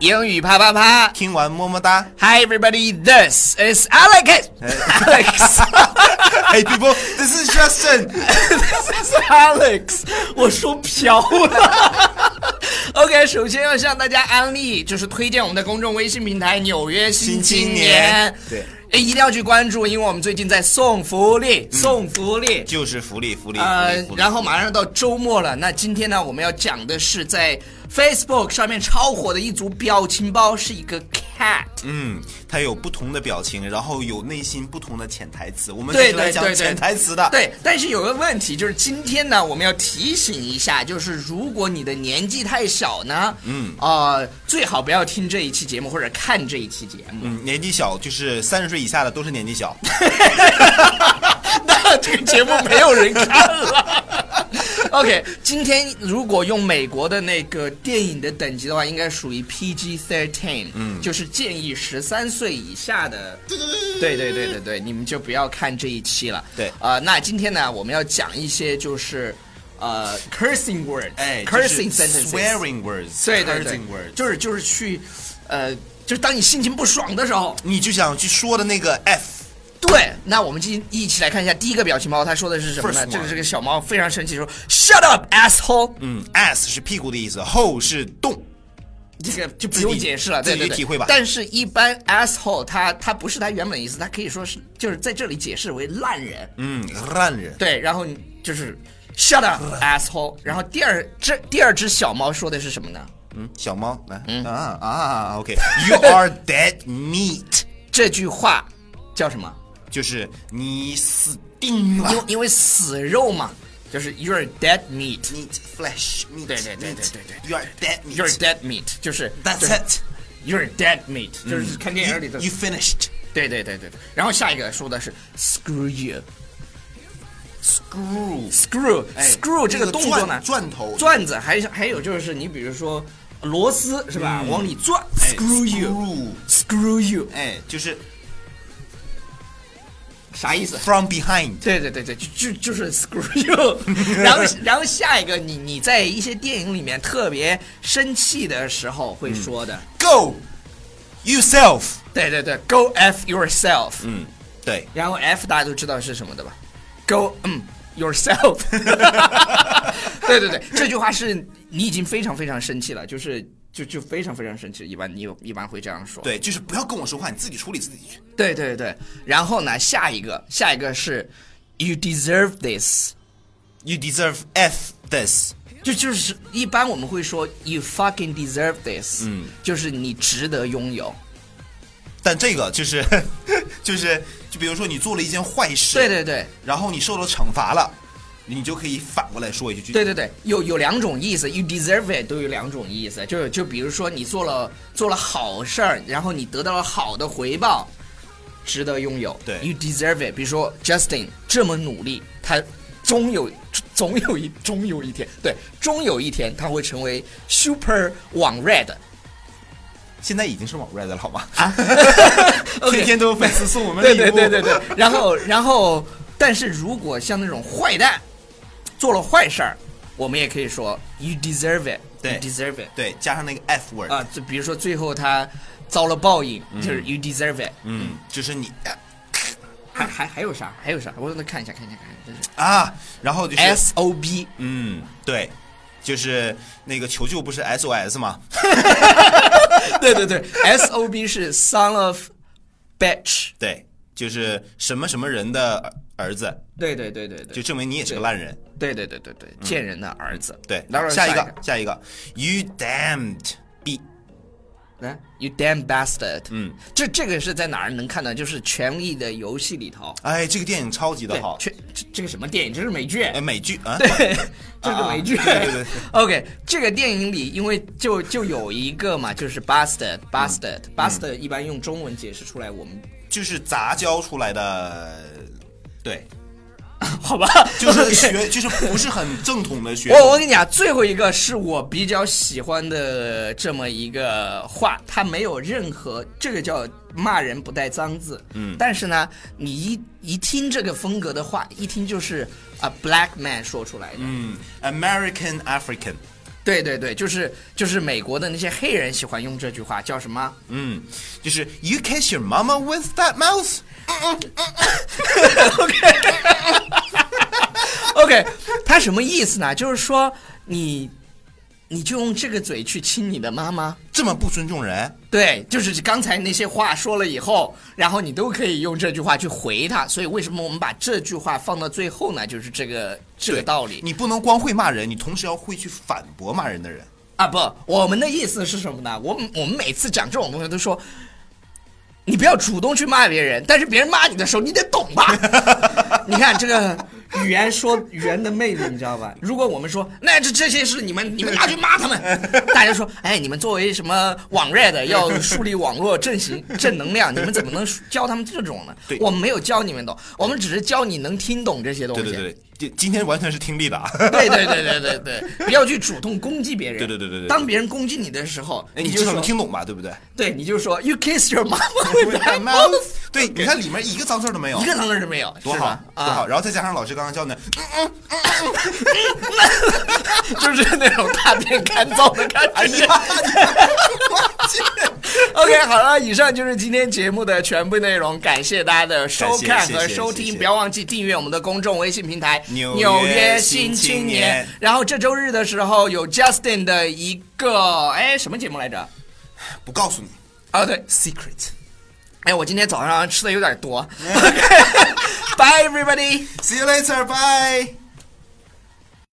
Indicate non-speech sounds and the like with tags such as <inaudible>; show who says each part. Speaker 1: 英语啪啪啪
Speaker 2: 听完么么
Speaker 1: <laughs>
Speaker 2: 哒。
Speaker 1: ！Hi everybody, this is Alex. Alex, <laughs>
Speaker 2: Hey people, this 哎 is Justin.
Speaker 1: this is Alex. 我说飘了。OK，首先要向大家安利，就是推荐我们的公众微信平台《纽约新青年》
Speaker 2: 新青年
Speaker 1: 对，一定要去关注，因为我们最近在送福利，送福利。
Speaker 2: 就是福利，福利，
Speaker 1: 呃
Speaker 2: 福利福，利
Speaker 1: 然后马上到周末了，那今天呢，我们要讲的是在 Facebook 上面超火的一组表情包，是一个 cat。
Speaker 2: 嗯，它有不同的表情，然后有内心不同的潜台词。我们
Speaker 1: 对
Speaker 2: 是来
Speaker 1: 对对
Speaker 2: 讲
Speaker 1: 对
Speaker 2: 潜台词的。
Speaker 1: 对，但是有个问题就是，今天呢，我们要提醒一下，就是如果你的年纪太小呢，嗯，呃，最好不要听这一期节目或者看这一期节目。
Speaker 2: 嗯，年纪小就是三十岁以下的都是年纪小。
Speaker 1: 那 <laughs> 这个节目没有人看了。OK，今天如果用美国的那个电影的等级的话，应该属于 PG thirteen，嗯，就是建议十三岁以下的。对对对对对，你们就不要看这一期了。
Speaker 2: 对
Speaker 1: 啊、那今天呢，我们要讲一些就是呃 cursing words，
Speaker 2: 哎
Speaker 1: ，cursing
Speaker 2: 就是
Speaker 1: sentences。
Speaker 2: swearing words，
Speaker 1: 对对
Speaker 2: cursing
Speaker 1: 对
Speaker 2: words，，
Speaker 1: 就是就是去，呃，就是当你心情不爽的时候，
Speaker 2: 你就想去说的那个 F，
Speaker 1: 对，那我们今一起来看一下第一个表情包，他说的是什么呢？
Speaker 2: First one
Speaker 1: 这个是个小猫非常生气地说：“Shut up, asshole！”
Speaker 2: 嗯，S 是屁股的意思，hole 是洞。
Speaker 1: 这个就不用解释了，
Speaker 2: 自
Speaker 1: 对
Speaker 2: 己
Speaker 1: 对对，
Speaker 2: 自己体会吧
Speaker 1: 但是，一般 asshole 它它不是它原本的意思，它可以说是就是在这里解释为烂人。
Speaker 2: 嗯，烂人。
Speaker 1: 对，然后你就是 “Shut up, asshole！” 然后第二这第二只小猫说的是什么呢？
Speaker 2: 嗯，小猫来、啊啊，OK，You、are dead meat，
Speaker 1: 这句话叫什么？
Speaker 2: 就是你死定
Speaker 1: 因为
Speaker 2: 了
Speaker 1: 因为死肉嘛，就是 “You're dead meat,
Speaker 2: ，meat flesh meat，
Speaker 1: 对对对对
Speaker 2: meat，
Speaker 1: 对对
Speaker 2: y o u are dead
Speaker 1: you're
Speaker 2: meat，that's
Speaker 1: dead meat”，就是就是
Speaker 2: it，嗯
Speaker 1: You're dead meat，、就是看电影里的
Speaker 2: you,。you finished，
Speaker 1: 对对对对对。然后下一个说的是 screw you，screw screw,
Speaker 2: screw 那
Speaker 1: screw 这个动作呢
Speaker 2: 哎钻，钻头
Speaker 1: 转子还还有就是你比如说螺丝是吧，往里转
Speaker 2: 哎
Speaker 1: ，screw you，screw
Speaker 2: screw
Speaker 1: you，
Speaker 2: 哎，就是
Speaker 1: 啥意思？
Speaker 2: from behind，
Speaker 1: 对对对对，就就就是 screw you。然
Speaker 2: <laughs>
Speaker 1: 后然后下一个你你在一些电影里面特别生气的时候会说
Speaker 2: 嗯
Speaker 1: 的，
Speaker 2: go yourself，
Speaker 1: 对对对，go f yourself。
Speaker 2: 嗯，对，
Speaker 1: 然后 F 大家都知道是什么的吧？Go 嗯 yourself。对对对，这句话是你已经非常非常生气了，就是就就非常非常生气，一般你有一般会这样说。
Speaker 2: 对，就是不要跟我说话，你自己处理自己去。
Speaker 1: 对对对，然后呢，下一个下一个是 you deserve this，
Speaker 2: You deserve F this，
Speaker 1: 就就是一般我们会说 you fucking deserve this，嗯，就是你值得拥有。
Speaker 2: 但这个就是就是就比如说你做了一件坏事，
Speaker 1: 对对对。
Speaker 2: 然后你受到惩罚了，你就可以反过来说一句，
Speaker 1: 对对对，有有两种意思，you deserve it 都有两种意思，就是就比如说你做了做了好事儿，然后你得到了好的回报，值得拥有。
Speaker 2: 对
Speaker 1: ，you deserve it。比如说 Justin 这么努力，他终有总有一终有一天，对，终有一天他会成为 super 网 red
Speaker 2: 现在已经是网 red 了，好吗？，
Speaker 1: 啊
Speaker 2: <laughs> 天天都有粉丝送我们礼
Speaker 1: 对
Speaker 2: 物，
Speaker 1: 对对对对。然后然后，但是如果像那种坏蛋做了坏事儿，我们也可以说 you deserve it。
Speaker 2: 对
Speaker 1: you deserve it。
Speaker 2: 对加上那个 f word，、
Speaker 1: 啊，就比如说最后他遭了报应，就是 you deserve it。
Speaker 2: 嗯，就是你
Speaker 1: 还还还有啥？还有啥？我让他看一下，看一下，看一下，这是
Speaker 2: 啊，然后就是，
Speaker 1: S O B。
Speaker 2: 嗯，对，就是那个求救不是 SOS 吗？
Speaker 1: <laughs>
Speaker 2: <laughs>
Speaker 1: 对对对，S O B 是 son of bitch。
Speaker 2: 对，就是什么什么人的儿子，
Speaker 1: <laughs> 对对对对对
Speaker 2: 就，证明你也是个烂人。
Speaker 1: 对对对对对，贱人的儿子。
Speaker 2: 对，
Speaker 1: 嗯然后
Speaker 2: 下
Speaker 1: 一
Speaker 2: 一个，下一个，You damned b，
Speaker 1: 来，you damn bastard。
Speaker 2: 嗯，
Speaker 1: 这这个是在哪儿能看到？就是《权力的游戏》里头。
Speaker 2: 哎，这个电影超级的
Speaker 1: 对
Speaker 2: 好，，
Speaker 1: 全这这个什么电影？这是美剧。
Speaker 2: 哎，美剧啊，
Speaker 1: <laughs> 对，这个美剧。
Speaker 2: 啊对对对对
Speaker 1: <laughs> OK，这个电影里，因为就就有一个嘛，就是
Speaker 2: 嗯
Speaker 1: bastard，bastard，bastard，、bastard 一般用中文解释出来，我
Speaker 2: <laughs>
Speaker 1: 们
Speaker 2: 就是杂交出来的，
Speaker 1: <laughs>
Speaker 2: 对，
Speaker 1: 好吧， <laughs>
Speaker 2: 就是
Speaker 1: 学。
Speaker 2: 学，就是不是很正统的
Speaker 1: <laughs>
Speaker 2: 学。
Speaker 1: 我我跟你讲，最后一个是我比较喜欢的这么一个话，它没有任何这个叫骂人不带脏字，嗯，但是呢，你一一听这个风格的话，一听就是啊 black man 说出来的，
Speaker 2: 嗯嗯，American African，
Speaker 1: 对对对，就是就是美国的那些黑人喜欢用这句话，叫什么？
Speaker 2: 嗯，就是 You kiss your mama with that mouth。
Speaker 1: OK，他什么意思呢？就是说你，你就用这个嘴去亲你的妈妈。
Speaker 2: 这么不尊重人，
Speaker 1: 对，就是刚才那些话说了以后，然后你都可以用这句话去回他。所以为什么我们把这句话放到最后呢？就是这个这个
Speaker 2: 对
Speaker 1: 道理
Speaker 2: 你不能光会骂人，你同时要会去反驳骂人的人。
Speaker 1: 啊！不，我们的意思是什么呢？我们我们每次讲这种东西都说，你不要主动去骂别人，但是别人骂你的时候，你得懂吧？ <laughs> 你看这个语言说语言的魅力，你知道吧？如果我们说那这这些是你们你们拿去骂他们，大家说哎，你们作为什么网 red 的要树立网络正行正能量，你们怎么能教他们这种呢
Speaker 2: 对？
Speaker 1: 我们没有教你们懂，我们只是教你能听懂这些东西。
Speaker 2: 对对对，今今天完全是听力的啊。
Speaker 1: 对对对对对对，不要去主动攻击别人。
Speaker 2: 对对对对对
Speaker 1: 当别人攻击你的时候，
Speaker 2: <laughs> 哎， <laughs> 你
Speaker 1: 就
Speaker 2: 至少
Speaker 1: 说
Speaker 2: 能，听懂吧？对不对？
Speaker 1: 对，你就说 you kiss your
Speaker 2: <laughs>
Speaker 1: mama with that mouth，
Speaker 2: 对，你看里面一个脏字儿都没有
Speaker 1: 一，个字是没有，
Speaker 2: 多
Speaker 1: 是
Speaker 2: 好
Speaker 1: 吧
Speaker 2: 多好。
Speaker 1: 啊，
Speaker 2: 然后再加上老师刚刚教 <laughs> 的，
Speaker 1: 就是那种大便干燥的感
Speaker 2: <laughs> 哎
Speaker 1: 觉
Speaker 2: 呀。，我去
Speaker 1: <laughs> OK，好了，以上就是今天节目的全部内容，感谢大家的收看
Speaker 2: 感谢
Speaker 1: 和
Speaker 2: 谢谢
Speaker 1: 收
Speaker 2: 谢
Speaker 1: 听，
Speaker 2: 谢
Speaker 1: 不要忘记订阅我们的公众微信平台《
Speaker 2: 纽
Speaker 1: 纽
Speaker 2: 约
Speaker 1: 新
Speaker 2: 新青
Speaker 1: 年
Speaker 2: 年》。
Speaker 1: 然后这周日的时候有 Justin 的一个哎什么节目来着？
Speaker 2: <laughs> 不告诉你
Speaker 1: 啊，对，
Speaker 2: ，secret。
Speaker 1: 哎，我今天早上吃的有点多。Bye everybody.
Speaker 2: See you later, bye.